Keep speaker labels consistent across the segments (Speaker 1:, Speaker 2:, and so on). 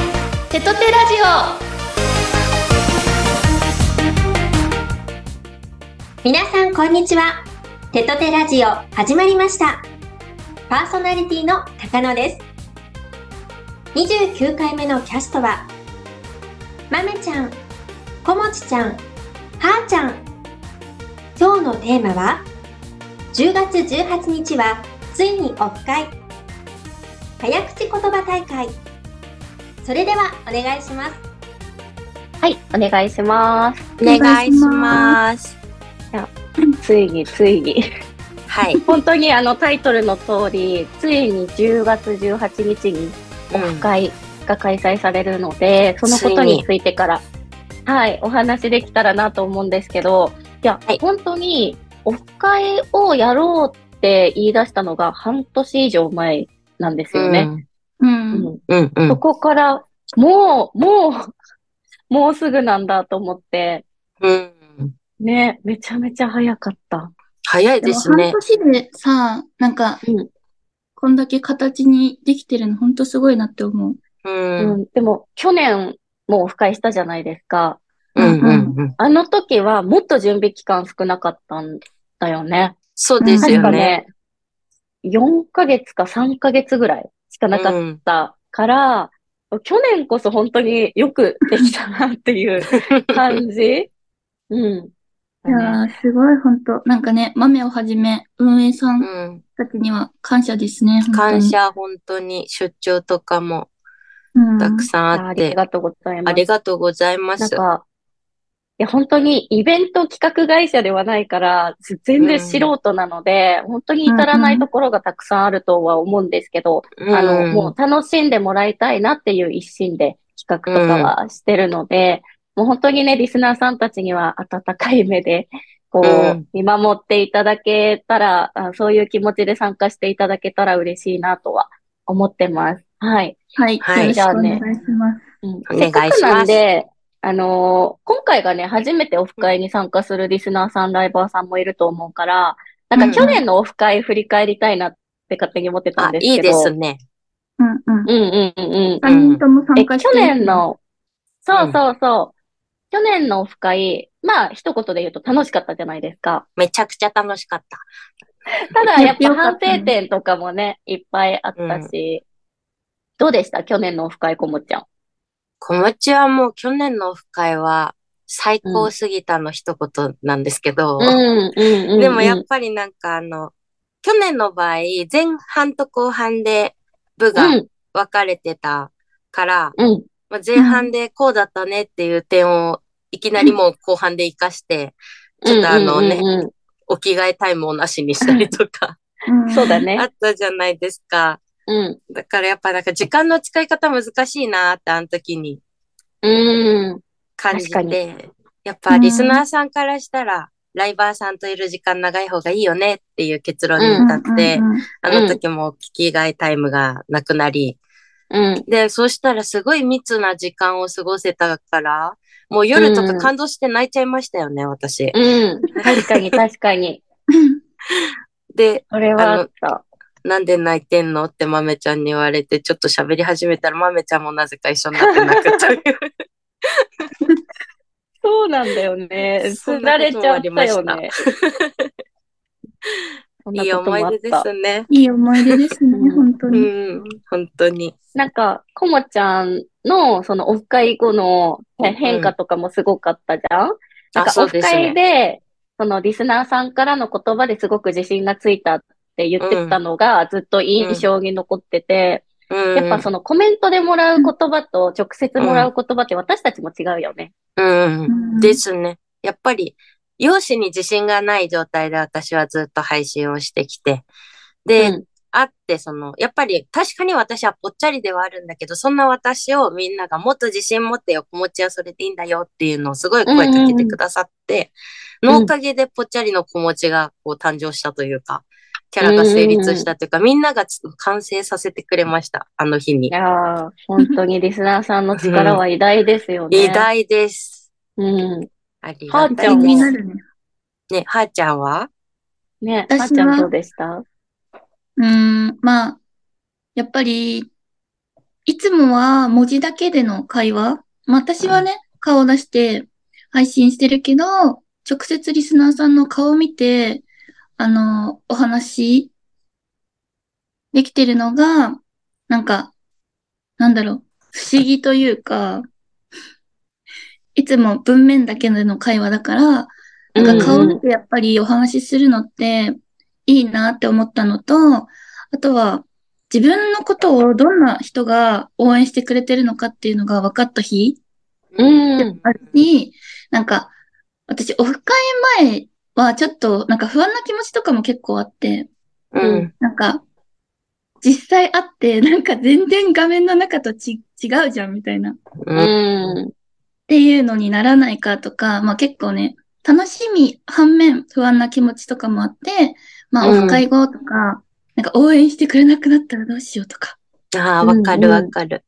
Speaker 1: トテラジオ皆さんこんにちはテトテラジオ始まりましたパーソナリティの高野です29回目のキャストはまめちゃんこもちちゃんはーちゃん今日のテーマは10月18日はついにオフ会早口言葉大会それではお願いします
Speaker 2: はい、お願いします。
Speaker 3: お願いします。
Speaker 2: ついについに。
Speaker 3: はい。
Speaker 2: 本当にあのタイトルの通り、ついに10月18日にオフ会が開催されるので、そのことについてから、はい、お話できたらなと思うんですけど、いや、
Speaker 3: はい
Speaker 2: 本当にオフ会をやろうって言い出したのが半年以上前なんですよね。うん
Speaker 3: うんう
Speaker 2: そ
Speaker 3: ん。
Speaker 2: こから、もう、もう、もうすぐなんだと思って、
Speaker 3: うん。
Speaker 2: ね、めちゃめちゃ早かった。
Speaker 3: 早い
Speaker 4: で
Speaker 3: で
Speaker 4: も
Speaker 3: すね
Speaker 4: 半。年でさ、なんか、
Speaker 2: うん
Speaker 4: こんだけ形にできてるの、ほんとすごいなって思う。
Speaker 3: うん。う
Speaker 2: うんん、でも、去年もオフ会したじゃないですか。
Speaker 3: うんうん。
Speaker 2: あの時はもっと準備期間少なかったんだよね。
Speaker 3: そうです
Speaker 2: 確
Speaker 3: よ
Speaker 2: か
Speaker 3: ね。
Speaker 2: ね、4ヶ月か3ヶ月ぐらいしかなかっ
Speaker 3: うん
Speaker 2: たから、去年こそ本当によくできたなっていう感じ。うん。
Speaker 4: いやー、すごい、ほんと。なんかね、豆をはじめ、運営さん
Speaker 3: うん。
Speaker 4: たちには感謝ですね。本当に
Speaker 3: 感。謝、本当に出張とかも
Speaker 4: うん。
Speaker 3: たくさんあ
Speaker 2: あ
Speaker 3: っ
Speaker 2: り
Speaker 3: て、
Speaker 2: がとうございます。
Speaker 3: ありがとうございま
Speaker 2: なん
Speaker 3: す。
Speaker 2: か、いや、本当にイベント企画会社ではないから、ず全然素人なので、本当に至らないところがたくさんあるとは思うんですけど、あの、もう楽しんでもらいたいなっていう一心で企画とかはしてるので、もう本当にね、リスナーさんたちには温かい目で、こう、
Speaker 3: うん
Speaker 2: 見守っていただけたらあ、そういう気持ちで参加していただけたら嬉しいなとは思ってます。はい。
Speaker 4: はい。
Speaker 3: はい
Speaker 4: よろしくお願いします。
Speaker 2: お
Speaker 3: 願いします
Speaker 2: せっかくなんで、あのー今回がね、初めてオフ会に参加するリスナーさん、ライバーさんもいると思うから、なんか去年のオフ会振り返りたいなって勝手に思ってた
Speaker 3: あ
Speaker 2: ん、ですけど。
Speaker 3: いいですね。
Speaker 4: うんうん。
Speaker 2: うんうんうんうん。
Speaker 4: 3人とも参
Speaker 2: え、
Speaker 4: 加
Speaker 2: 去
Speaker 4: して。
Speaker 2: 年。の、そううんそうそう。去年のオフ会、まあ一言で言うと楽しかったじゃないですか。
Speaker 3: めちゃくちゃ楽しかった。
Speaker 2: た だやっぱ
Speaker 4: よか
Speaker 2: 反
Speaker 4: ったね
Speaker 2: 省点とかもね、いっぱいあったし。どうでした去年のオフ会、こもっちゃん。
Speaker 3: こもちはもう去年のオフ会は最高すぎたの一言なんですけど、
Speaker 2: ん、うん、
Speaker 3: でもやっぱりなんかあの、去年の場合、前半と後半で部
Speaker 2: う
Speaker 3: が
Speaker 2: ん、
Speaker 3: 分かれてたから、
Speaker 2: うん。
Speaker 3: まあ前半でこうだったねっていう点をいきなりもう後半で活かして、ちょっとあのね
Speaker 2: うんうんうんうん
Speaker 3: お着替えタイムをなしにしたりとか
Speaker 4: うん、
Speaker 2: そうだ
Speaker 3: あ
Speaker 2: ね。
Speaker 3: ったじゃないですか。
Speaker 2: うん。
Speaker 3: だからやっぱなんか時間の使い方難しいなってあの時に
Speaker 2: うん。
Speaker 3: 感じ
Speaker 2: 確か
Speaker 3: て、やっぱリスナーさんからしたら、ライバーさんといる時間長い方がいいよねっていう結論に
Speaker 4: うんうん
Speaker 3: 至
Speaker 4: うん。
Speaker 3: って、あ
Speaker 2: うん
Speaker 3: の時もお聞きがいタイムがなくなり、
Speaker 2: うん。
Speaker 3: で、そうしたらすごい密な時間を過ごせたから、もう夜とか感動して泣いちゃいましたよね、私。
Speaker 2: うん。確かに、確かに。
Speaker 3: で、
Speaker 2: それはあった。
Speaker 3: なんで泣いてんのってまめちゃんに言われて、ちょっと喋り始めたらまめちゃんもなぜか一緒になって泣 くという。
Speaker 2: そうなんだよね
Speaker 3: そんなこともありました。
Speaker 2: そんない
Speaker 3: い
Speaker 2: こと
Speaker 3: 思
Speaker 2: も
Speaker 3: い
Speaker 2: あっ
Speaker 3: 出で
Speaker 2: た。
Speaker 3: すね。
Speaker 4: いい思い出ですね、
Speaker 2: うん
Speaker 4: 本当
Speaker 3: う
Speaker 4: に。
Speaker 3: ん、本当に。
Speaker 2: なんか、こもちゃんの、その、オフ会後のね
Speaker 3: うん
Speaker 2: 変化とかもすごかったじゃんなん
Speaker 3: あ、
Speaker 2: か、
Speaker 3: そ
Speaker 2: オ
Speaker 3: う
Speaker 2: フ
Speaker 3: です
Speaker 2: 会
Speaker 3: ね。
Speaker 2: で、その、リスナーさんからの言葉ですごく自信がついたって言ってたのが、ずっと印象に残ってて、
Speaker 3: や
Speaker 2: やっぱそのコメントでもらう言葉と直接もらう言葉って私たちも違うよね。
Speaker 3: うん、うん
Speaker 4: うん
Speaker 3: ですね。やっぱり、容姿に自信がない状態で私はずっと配信をしてきて、で、
Speaker 2: うん
Speaker 3: あって、その、やっぱり確かに私はぽっちゃりではあるんだけど、そんな私をみんながもっと自信持ってよ、子持ちはそれでいいんだよっていうのをすごい声かけてくださって、
Speaker 2: んうんうん
Speaker 3: のおかげでぽっちゃりの子持ちがこう誕生したというか、キャラが成立したというか、みんながつ完成させてくれました、あの日
Speaker 2: い
Speaker 3: に。
Speaker 2: やー、本当にリスナーさんの力は偉大ですよね。
Speaker 3: 偉。大です。
Speaker 2: うん。
Speaker 3: ありがとう
Speaker 2: はーちゃんも
Speaker 4: 気になるね。
Speaker 3: ね、はーちゃんは
Speaker 2: ね、
Speaker 4: 私は
Speaker 2: あっちゃんどうでした
Speaker 4: うーん、まあ、やっぱり、いつもは文字だけでの会話。まあ、私はね、顔出して配信してるけど、直接リスナーさんの顔を見て、あの、お話できてるのが、なんか、なんだろう、不思議というか、いつも文面だけでの会話だから、なんか顔見てやっぱりお話しするのっていいなって思ったのと、あとは自分のことをどんな人が応援してくれてるのかっていうのが分かった日
Speaker 2: うん
Speaker 4: あるし、なんか私オフ会前はちょっとなんか不安な気持ちとかも結構あって、
Speaker 3: うん。
Speaker 4: なんか実際会ってなんか全然画面の中とち違うじゃんみたいな。
Speaker 2: うん。
Speaker 4: っていうのにならないかとか、まあ結構ね、楽しみ反面不安な気持ちとかもあって、まあ
Speaker 3: う
Speaker 4: オ
Speaker 3: ん
Speaker 4: フ会後とか、なんか応援してくれなくなったらどうしようとか、
Speaker 3: ああ、わかるわかる。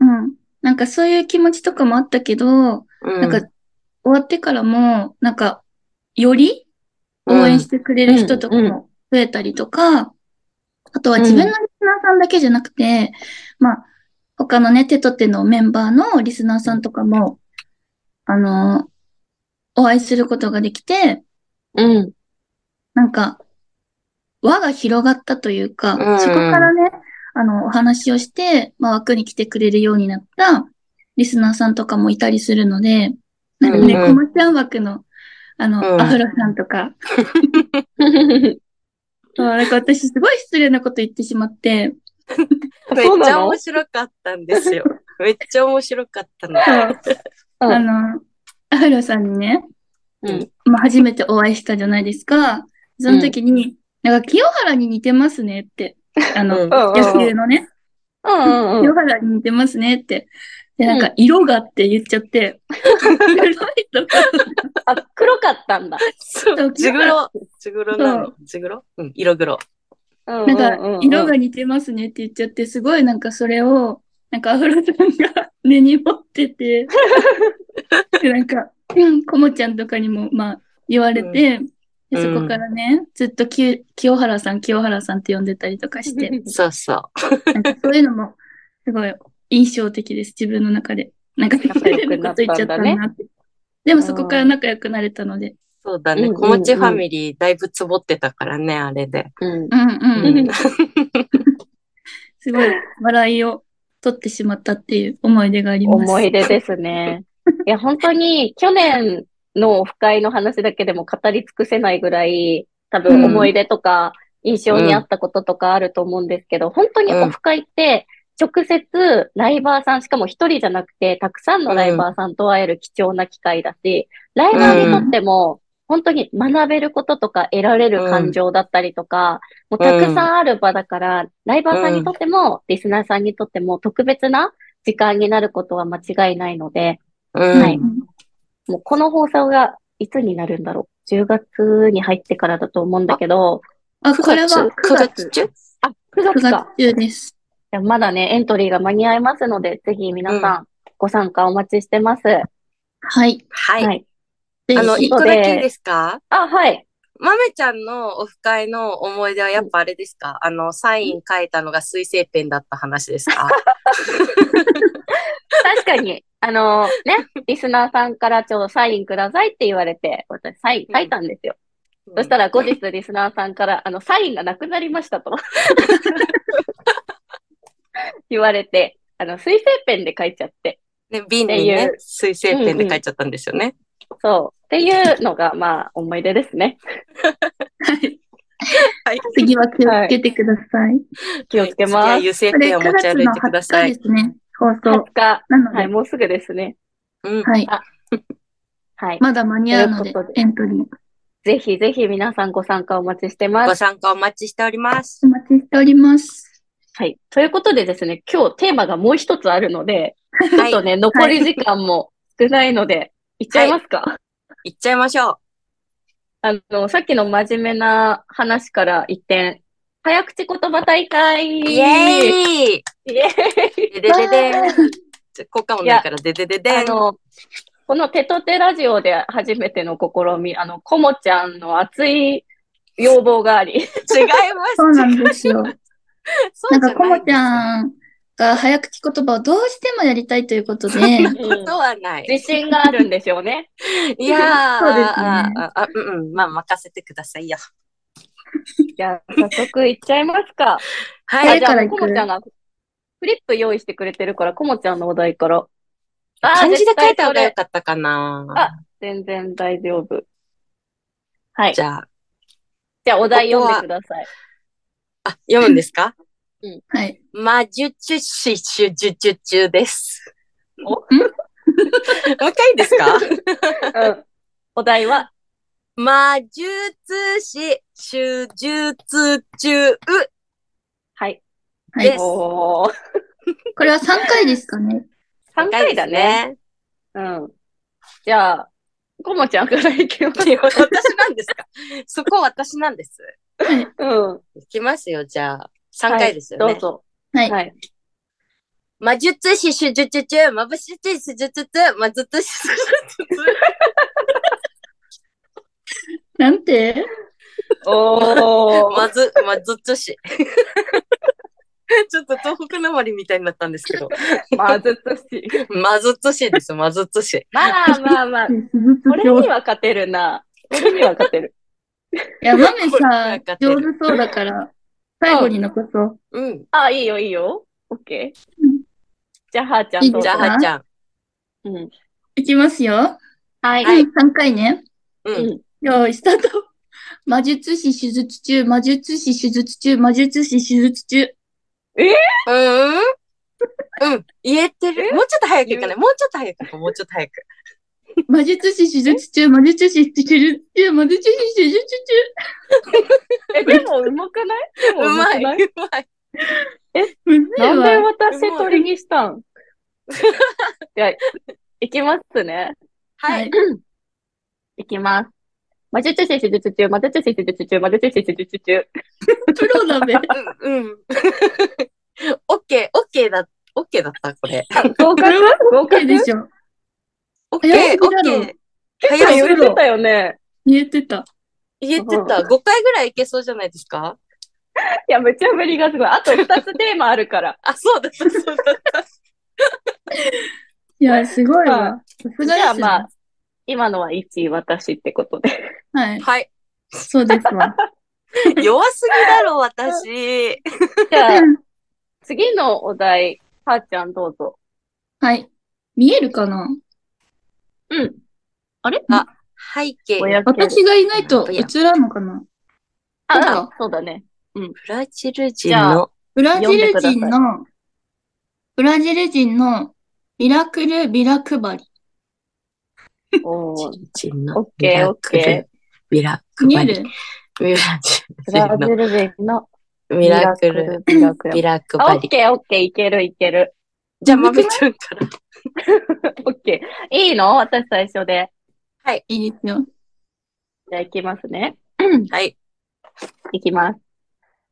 Speaker 4: うん。なんかそういう気持ちとかもあったけど、
Speaker 3: な
Speaker 4: なんか終わってからも、なんかより応援してくれる人とかも増えたりとか、あとは自分のリスナーさんだけじゃなくて、まあ、他のね、手と手のメンバーのリスナーさんとかも、あの、お会いすることができて、
Speaker 2: うん。
Speaker 4: なんか、輪が広がったというか、
Speaker 3: うん
Speaker 4: そこからね、あの、お話をして、まあ、枠に来てくれるようになったリスナーさんとかもいたりするので、なんかね、
Speaker 3: うん
Speaker 4: こまちゃん枠の、あの、
Speaker 3: うん
Speaker 4: アフロさんとか、そう、なんか私すごい失礼なこと言ってしまって、
Speaker 3: めっ
Speaker 2: そう
Speaker 3: ち
Speaker 2: な
Speaker 3: ゃ
Speaker 2: の
Speaker 3: 面白かったんで すよ。めっちゃ面白かったの。
Speaker 4: そう、
Speaker 2: うん
Speaker 4: あの、アフロさんにね、
Speaker 2: うん
Speaker 4: まあ、初めてお会いしたじゃないですか。その時に、なんか清原に似てますねって、あの、
Speaker 3: うん
Speaker 2: うん
Speaker 4: 野球のね、
Speaker 2: うんう
Speaker 4: 清
Speaker 2: ん。
Speaker 4: 原に似てますねって。で、なん
Speaker 2: う
Speaker 4: か、色がって言っちゃ って、黒いとか、
Speaker 2: あ、黒かったんだ。
Speaker 3: そう。ジグロ、ジグロな
Speaker 4: そ
Speaker 3: の。ジグロうん、色黒。
Speaker 2: な
Speaker 4: なんか、色が似てますねって言っちゃって、すごいなんかそれを、なんかアフロさんが根に持ってて、でなんか、うん、こもちゃんとかにも、まあ、言われて、でそこからね、ずっとき清原さん、清原さんって呼んでたりとかして、
Speaker 3: そうそ
Speaker 4: なんかそういうのも、すごい印象的です、自分の中で。なんか、
Speaker 2: 仲良くなったんだね
Speaker 4: 失礼なこと言っちゃったなって。でもそこから仲良くなれたので、
Speaker 3: う。そうだ
Speaker 2: うん
Speaker 3: ね。
Speaker 2: うんうん
Speaker 3: 小町ファミリーだいぶつぼってたからね、あれで。
Speaker 2: うん。
Speaker 4: うん
Speaker 3: う
Speaker 4: うんん、すごい笑いを取ってしまったっていう思い出があります。
Speaker 2: 思い出ですね。いや、本当に去年のオフ会の話だけでも語り尽くせないぐらい、多分思い出とか印象にあったこととかあると思うんですけど、本当にオフ会って直接ライバーさん、しかも一人じゃなくて、たくさんのライバーさんと会える貴重な機会だし、ライバーにとっても本当に学べることとか得られる感情だったりとか、もうたくさんある場だから、ライバーさんにとっても、リスナーさんにとっても特別な時間になることは間違いないので、
Speaker 3: うん
Speaker 2: はいもうこの放送がいつになるんだろう。10月に入ってからだと思うんだけど、
Speaker 4: あ、
Speaker 3: 9
Speaker 4: これは
Speaker 3: 月、
Speaker 4: 9
Speaker 3: 9月中
Speaker 2: あ、9
Speaker 4: 9
Speaker 2: 月か。い
Speaker 4: 月中です。
Speaker 2: やまだね、エントリーが間に合いますので、ぜひ皆さんご参加お待ちしてます。
Speaker 4: はい。
Speaker 3: はい。
Speaker 2: はい。
Speaker 4: ぜひ
Speaker 3: あの、一個だけいいですか
Speaker 2: あ、はい。
Speaker 3: まめちゃんのオフ会の思い出はやっぱあれですかあの、サイン書いたのが水性ペンだった話ですか
Speaker 2: 確かに、 あのね、リスナーさんからちょっとサインくださいって言われて、私サイン書いたんですよ。 そした
Speaker 3: ら、
Speaker 2: ら後日リスナーさんから、あの、サインがなくなりましたと。 言われて、あの、水性ペンで書いちゃって。
Speaker 3: ね、瓶にね
Speaker 2: ってい、
Speaker 3: 水性ペンで書いちゃったんですよね。
Speaker 2: そう。っていうのが、まあ、思い出ですね。
Speaker 4: はい
Speaker 3: はい。
Speaker 4: 次は気をつけてください。
Speaker 2: 気をつけ
Speaker 3: 次は
Speaker 2: ます。
Speaker 3: 油性
Speaker 4: こ
Speaker 3: ペ
Speaker 4: れ
Speaker 3: ンを持
Speaker 4: 9
Speaker 3: ち
Speaker 4: 月
Speaker 3: 歩い
Speaker 4: の
Speaker 3: てくだ
Speaker 4: 20
Speaker 3: さ
Speaker 4: 日
Speaker 3: い
Speaker 4: で。すね、放
Speaker 2: 20
Speaker 4: 送。
Speaker 2: 日。
Speaker 4: なの
Speaker 2: はい、
Speaker 4: で、
Speaker 2: もうすぐですね。
Speaker 3: うん。
Speaker 4: はい。
Speaker 2: はい。
Speaker 4: まだ間に合うので
Speaker 2: ということ、で
Speaker 4: エントリー
Speaker 2: ぜひぜひ皆さんご参加お待ちしてま
Speaker 3: ご
Speaker 2: す。
Speaker 3: 参加お待ちしております
Speaker 4: お。待ちしております。
Speaker 2: はい。ということでですね、今日テーマがもう一つあるので、ちょ
Speaker 3: は
Speaker 2: っ
Speaker 3: い。
Speaker 2: とね、残り時間も少ないので、いっちゃいますか、
Speaker 3: 行っちゃいましょう。
Speaker 2: あの、さっきの真面目な話から一転、早口言葉大会
Speaker 3: イエーイ
Speaker 2: イエーイ
Speaker 3: ででででん。じゃ効果音ないから、でででで
Speaker 2: あ
Speaker 3: ん。
Speaker 2: の、このテトテラジオで初めての試み、あの、コモちゃんの熱い要望があり、
Speaker 3: 違います。
Speaker 4: そうなんですよ。
Speaker 3: そ
Speaker 4: な
Speaker 3: うんじゃ
Speaker 4: か、こもち
Speaker 3: ん。
Speaker 4: ゃん、が早口言葉をどうしてもやりたいということで、
Speaker 3: ことはない。
Speaker 2: 自信があるんでしょうね。
Speaker 3: いやー、
Speaker 4: そうですね
Speaker 3: あああうんうん、まあ任せてくださいよ。
Speaker 2: じゃあ、早速いっちゃいますか。
Speaker 3: は
Speaker 2: あ
Speaker 3: い
Speaker 4: 誰
Speaker 2: じゃあ
Speaker 4: から行
Speaker 2: こ
Speaker 4: く
Speaker 2: もちゃんが、フリップ用意してくれてるから、こもちゃんのお題から。あー
Speaker 3: 漢字で書いた方
Speaker 2: 絶対そ
Speaker 3: が
Speaker 2: れ
Speaker 3: よかったかな。
Speaker 2: 全然大丈夫。はい。
Speaker 3: じ
Speaker 2: じゃ
Speaker 3: ゃあ、
Speaker 2: あ、お題
Speaker 3: ここ
Speaker 2: 読ん
Speaker 3: は
Speaker 2: でください。
Speaker 3: あ、読むんですか
Speaker 4: はい。
Speaker 3: 魔術師主術中です。
Speaker 2: お
Speaker 3: もう一回いいですか
Speaker 2: うん。お題は、
Speaker 3: 魔術師手術中
Speaker 2: はい。
Speaker 4: は
Speaker 3: で
Speaker 4: い
Speaker 3: す。
Speaker 2: おー。
Speaker 4: これは3回ですかね。
Speaker 2: 3回だね。。うん。じゃあ、こもちゃんからいきます
Speaker 3: いや私なんですか そこ私なんです。
Speaker 2: うん。
Speaker 3: いきますよ、じゃあ。3回ですよね。
Speaker 2: はいどうぞ。
Speaker 4: はい
Speaker 2: はい。
Speaker 3: 魔術師手術中、まぶし師手術中、魔術師手術中。
Speaker 4: なんて
Speaker 2: おー。
Speaker 3: まず、まずつし。 ちょっと東北なまりみたいになったんですけ ど。
Speaker 2: まずつし。
Speaker 3: まずつしです、まずつし。
Speaker 2: まあまあまあ。これには勝てるな。これには勝てる。
Speaker 4: いや、マメ
Speaker 3: これ
Speaker 4: さ
Speaker 3: なんか、
Speaker 4: 上手そうだから、最後に残そう。
Speaker 3: うん。
Speaker 2: あ、いいよいいよ。オッケー
Speaker 4: うん。
Speaker 2: じゃあ、はーちゃんどう
Speaker 3: じ
Speaker 2: ぞ
Speaker 3: ゃあ、はーちゃん。
Speaker 2: うん。
Speaker 4: いきますよ。
Speaker 2: はい
Speaker 4: はい、3回ね。
Speaker 3: うん。
Speaker 4: よーい、スタート。 魔術師手術中、魔術師手術中、魔術師手術中。
Speaker 3: うん。うん。言えてるもうちょっと早くいかない。もうちょっと早く行こう。もうちょっと早く。
Speaker 4: 魔術師手術中、魔術師手術中、魔術師手術
Speaker 2: え、でも、うまくないでも、
Speaker 3: う
Speaker 2: うま
Speaker 3: ま
Speaker 2: くない
Speaker 3: い。うまい。
Speaker 4: 中。むずい
Speaker 2: なんで
Speaker 4: わ。
Speaker 2: 私取りにした んじゃあ、いきますね。
Speaker 3: は
Speaker 4: はいい。
Speaker 2: いきます。魔術師手術中、魔術師手術中、魔術師手術中。
Speaker 4: プロだべ。
Speaker 3: うん。うん。オッケー、オッケーだ。オッケーだった、これ。
Speaker 2: 合格合
Speaker 4: オッケー
Speaker 2: 格
Speaker 4: でしょ。
Speaker 3: オッケー、オッケー。早い。
Speaker 2: 言ってたよね。
Speaker 4: 言えてた。
Speaker 3: 言ってた。5回ぐらいいけそうじゃないですか
Speaker 2: いや、めちゃぶりがすごい。あと2つテーマあるから。
Speaker 3: あ、そうだった、そうだった。
Speaker 4: いや、すごいわ。さす
Speaker 2: じ
Speaker 4: がで
Speaker 2: ゃあ
Speaker 4: すね
Speaker 2: まあ、今のは1位私ってこと で。
Speaker 4: はい。
Speaker 3: はい。
Speaker 4: そうで すわ。
Speaker 3: 弱すぎだろ、私。
Speaker 2: じゃあ、次のお題、はーちゃんどうぞ。
Speaker 4: はい。見えるかな
Speaker 2: うん。あれ
Speaker 3: あ背景。
Speaker 2: 親子
Speaker 4: 私がいないと映らんのかな
Speaker 2: あ、あそうだね。
Speaker 3: ブラジル人の。
Speaker 4: ブラジル人の、ブラジル人のミラクルビラ配り。
Speaker 2: お
Speaker 3: ブラ
Speaker 2: ー
Speaker 3: ジル人の。
Speaker 2: オッケー、オッケ
Speaker 3: ミラクル。
Speaker 4: 見
Speaker 3: ミ
Speaker 4: え
Speaker 3: ラク
Speaker 4: る
Speaker 3: ル。ミラ
Speaker 2: ー。ブラ
Speaker 3: ジル
Speaker 2: ジル人の
Speaker 3: の。ミラクル。。
Speaker 2: ミラクル
Speaker 3: ミ。ラク
Speaker 2: あ
Speaker 3: バ
Speaker 2: オッ
Speaker 3: リ。
Speaker 2: ケー、オッケー、いける、いける。
Speaker 3: じゃあ、まめちゃんから。
Speaker 2: オッケー。いいの私最初で。
Speaker 4: いいですよ。
Speaker 2: じゃあ、いきますね。
Speaker 3: はい。
Speaker 2: いきます。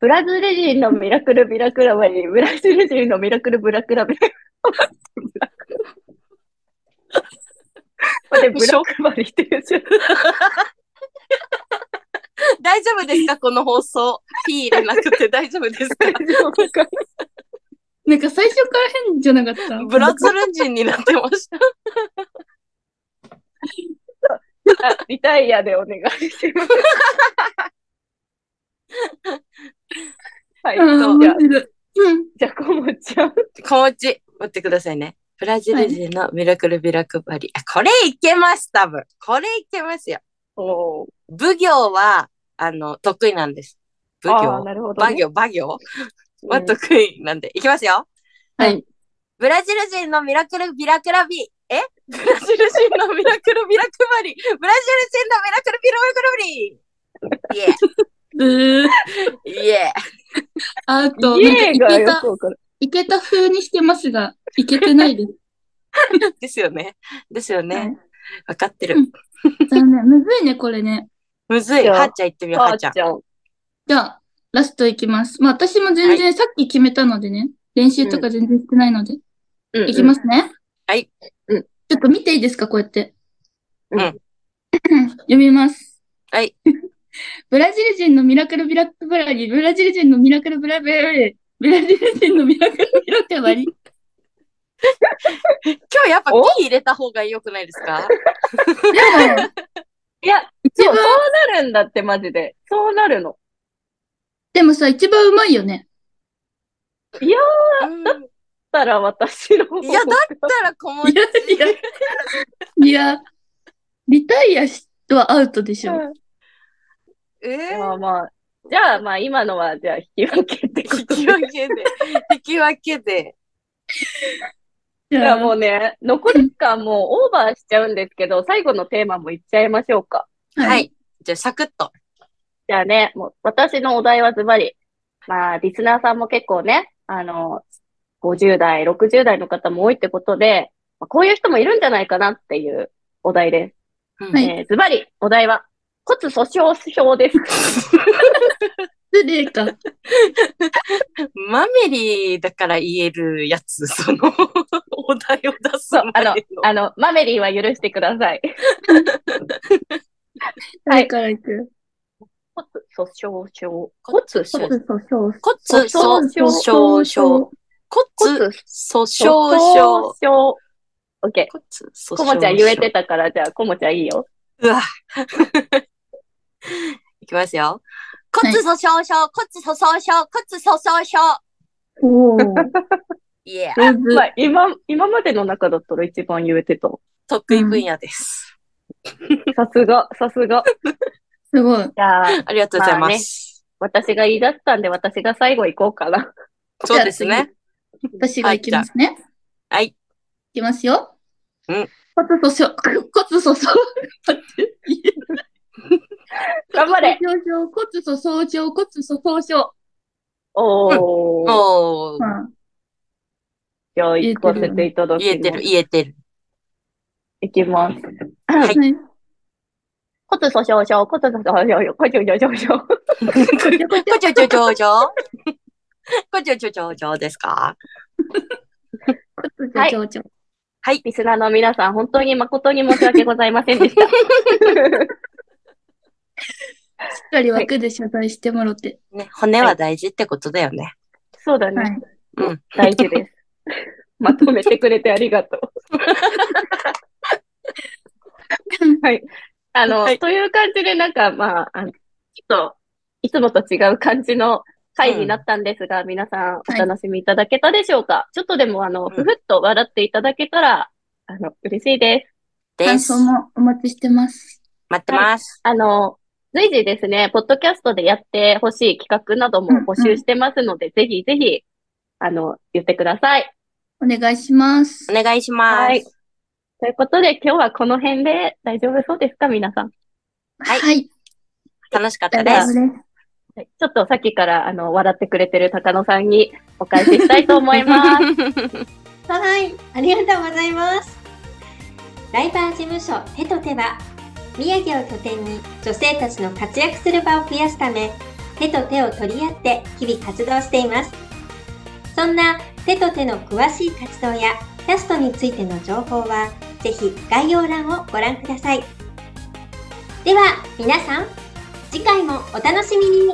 Speaker 2: ブラジル人のミラクルビラクラバリー、ブラジル人のミラクルブラクラベ。待って、ブラクバリーって言っちゃった
Speaker 3: 大丈夫ですかこの放送。P 入れなくて大丈夫ですか
Speaker 2: 大丈夫か
Speaker 4: なんか最初から変じゃなかった。
Speaker 3: ブラジル人になってました。
Speaker 2: あリタイアでお願いします。はい、
Speaker 4: うん
Speaker 2: そうじゃあ
Speaker 4: 面、白いうん。
Speaker 2: じゃあ、こもちゃん。
Speaker 3: こもち、待ってくださいね。ブラジル人のミラクルビラ配り。あこれいけます、多分。これいけますよ。
Speaker 2: おー
Speaker 3: 奉行は、あの、得意なんです。奉
Speaker 2: あー、
Speaker 3: 行。
Speaker 2: なるほど
Speaker 3: 馬
Speaker 2: ね。
Speaker 3: 行、馬行
Speaker 2: う
Speaker 3: は
Speaker 2: ん
Speaker 3: 得意なんで。いきますよ。
Speaker 2: はい。
Speaker 3: ブラジル人のミラクルビラクラビ。えブラジル人のミラクルビラ配り。ブラジル人のミラクルビラクラビ。
Speaker 4: ブー。
Speaker 3: イエーイエ
Speaker 4: あと、なんか
Speaker 2: 家
Speaker 4: い
Speaker 2: が
Speaker 4: け
Speaker 2: よ
Speaker 4: た、
Speaker 2: くわかる。
Speaker 4: いけた風にしてますが、いけてないです。
Speaker 3: ーイですよね。ですよ
Speaker 4: はい
Speaker 3: ね。わかって
Speaker 4: う
Speaker 3: る
Speaker 4: ん。残念。むずいね、これね。
Speaker 3: むずい。
Speaker 2: じゃあ
Speaker 3: はっちゃん行ってみよう、は
Speaker 2: あ
Speaker 3: っちゃん。
Speaker 2: ちゃん。
Speaker 4: じゃあ、ラストいきます。まあ私も全然さっき決めたのでね、練習とか全然してないので。
Speaker 2: うん
Speaker 4: いきますね。
Speaker 3: はい。
Speaker 2: うん
Speaker 4: ちょっと見ていいですか、こうやって。
Speaker 3: うん
Speaker 4: 読みます。
Speaker 3: はい。
Speaker 4: ブラジル人のミラクルビラックブラリ、ブラジル人のミラクルブラブラブラ、ブラジル人の宮川広かわり。
Speaker 3: 今日やっぱ P
Speaker 2: お
Speaker 3: 入れた方が良くないですか
Speaker 4: でも、
Speaker 2: いや、
Speaker 4: 一
Speaker 2: そう、そう
Speaker 4: 番、
Speaker 2: なるんだって、マジで。そうなるの。
Speaker 4: でもさ、一番うまいよね。
Speaker 3: うんだっ
Speaker 2: だったら私の方
Speaker 3: いやだたら小文
Speaker 4: いやいや、いや、リタイアしはアウトでしょ。
Speaker 3: えー
Speaker 2: まあまあ。じゃあまあ今のは、じゃあ引き分けってことで。
Speaker 3: 引き分けで、引き分けで。
Speaker 4: じ
Speaker 2: い
Speaker 4: ゃ
Speaker 2: や
Speaker 4: あ、
Speaker 2: もうね、残り時間もうオーバーしちゃうんですけど、最後のテーマもいっちゃいましょうか。
Speaker 3: は。い。じゃあ、サクッと。
Speaker 2: じゃあね、もう私のお題はズバリ。まあ、リスナーさんも結構ね、あの、50代、60代の方も多いってことで、まあこういう人もいるんじゃないかなっていうお題です。
Speaker 3: うん
Speaker 4: はい
Speaker 2: えーズバリ、お題は、骨粗鬆症です。
Speaker 4: 失礼か。
Speaker 3: マメリーだから言えるやつ、その、お題を出す
Speaker 2: そう
Speaker 3: ま、
Speaker 2: あの
Speaker 3: で、の。
Speaker 2: あの、マメリーは許してください。は
Speaker 4: 誰
Speaker 2: い
Speaker 4: から行く
Speaker 2: 骨粗鬆症。
Speaker 3: 骨
Speaker 2: 骨粗
Speaker 3: 骨
Speaker 2: 鬆症。
Speaker 3: 骨粗鬆症。骨粗鬆症。
Speaker 2: 症。オッケ
Speaker 3: 骨粗
Speaker 2: ー。
Speaker 3: 鬆症。
Speaker 2: コモちゃん言えてたから、じゃあ、コモちゃんいいよ。
Speaker 3: うわ。 いきますよ。骨粗鬆症、骨粗鬆症、骨粗鬆症。
Speaker 4: お ー、
Speaker 3: いや、
Speaker 4: 上
Speaker 2: ま
Speaker 4: 手。
Speaker 2: あ、今、今までの中だったら一番言えてた。
Speaker 3: 得意分野です。
Speaker 2: さすが、さすが。
Speaker 4: すごい。
Speaker 2: じゃあ、
Speaker 3: ありがとうございます。
Speaker 2: 私が言い出したんで、私が最後行こうかな。
Speaker 4: ね
Speaker 3: そうですね。
Speaker 4: 私が行きますね。
Speaker 3: はい。
Speaker 4: いきますよ。
Speaker 3: うん。
Speaker 4: 骨粗鬆、骨粗鬆、待って
Speaker 2: 頑張れ
Speaker 4: 骨粗鬆骨粗鬆症、骨粗鬆症。
Speaker 2: おー。
Speaker 3: おー
Speaker 4: う。ん
Speaker 2: じゃあ、行かせていただ
Speaker 3: 言え
Speaker 2: き
Speaker 3: て
Speaker 2: ま
Speaker 3: る、
Speaker 2: す。
Speaker 3: 言えてる。
Speaker 2: いきます。
Speaker 3: はい
Speaker 4: はい。
Speaker 2: 骨粗鬆症、骨粗鬆症、骨粗鬆症。
Speaker 3: こちょちょちょちょ。 こちょちょちょちょですか
Speaker 4: 骨粗鬆症。
Speaker 2: リスナーの皆さん、本当に誠に申し訳ございませんでした。
Speaker 4: しっかり枠で謝罪してもろて。
Speaker 3: ね、骨は大事ってことだよね。
Speaker 2: そうだ
Speaker 4: は
Speaker 2: ね
Speaker 4: い。。
Speaker 3: うん。
Speaker 2: 大事です。まとめてくれてありがと う。はい。あの、
Speaker 3: はい
Speaker 2: という感じで、なんか、まあ、あのちょっと、いつもと違う感じの回になったんですが、皆さんお楽しみいただけたでしょうか、ちょっとでも、あの、
Speaker 3: うん
Speaker 2: ふふっと笑っていただけたら、あの、嬉しいです。
Speaker 3: で
Speaker 4: 感
Speaker 3: す
Speaker 4: 想。もお待ちしてます。
Speaker 3: 待ってます。
Speaker 2: あの、随時ですね、ポッドキャストでやってほしい企画なども募集してますので、ぜひぜひ、あの、言ってください。
Speaker 4: お願いします。
Speaker 3: お願いします。
Speaker 2: はいということで、今日はこの辺で大丈夫そうですか皆さん。
Speaker 3: はい
Speaker 4: はい。
Speaker 3: 楽しかった
Speaker 4: 大
Speaker 3: で
Speaker 4: 丈夫
Speaker 3: す。
Speaker 4: です。
Speaker 2: はいちょっとさっきから、あの、笑ってくれてる高野さんにお返ししたいと思います。
Speaker 1: はい、ありがとうございます。ライバー事務所手と手は、宮城を拠点に女性たちの活躍する場を増やすため、手と手を取り合って日々活動しています。そんな手と手の詳しい活動やキャストについての情報は、ぜひ概要欄をご覧ください。では、皆さん、次回もお楽しみに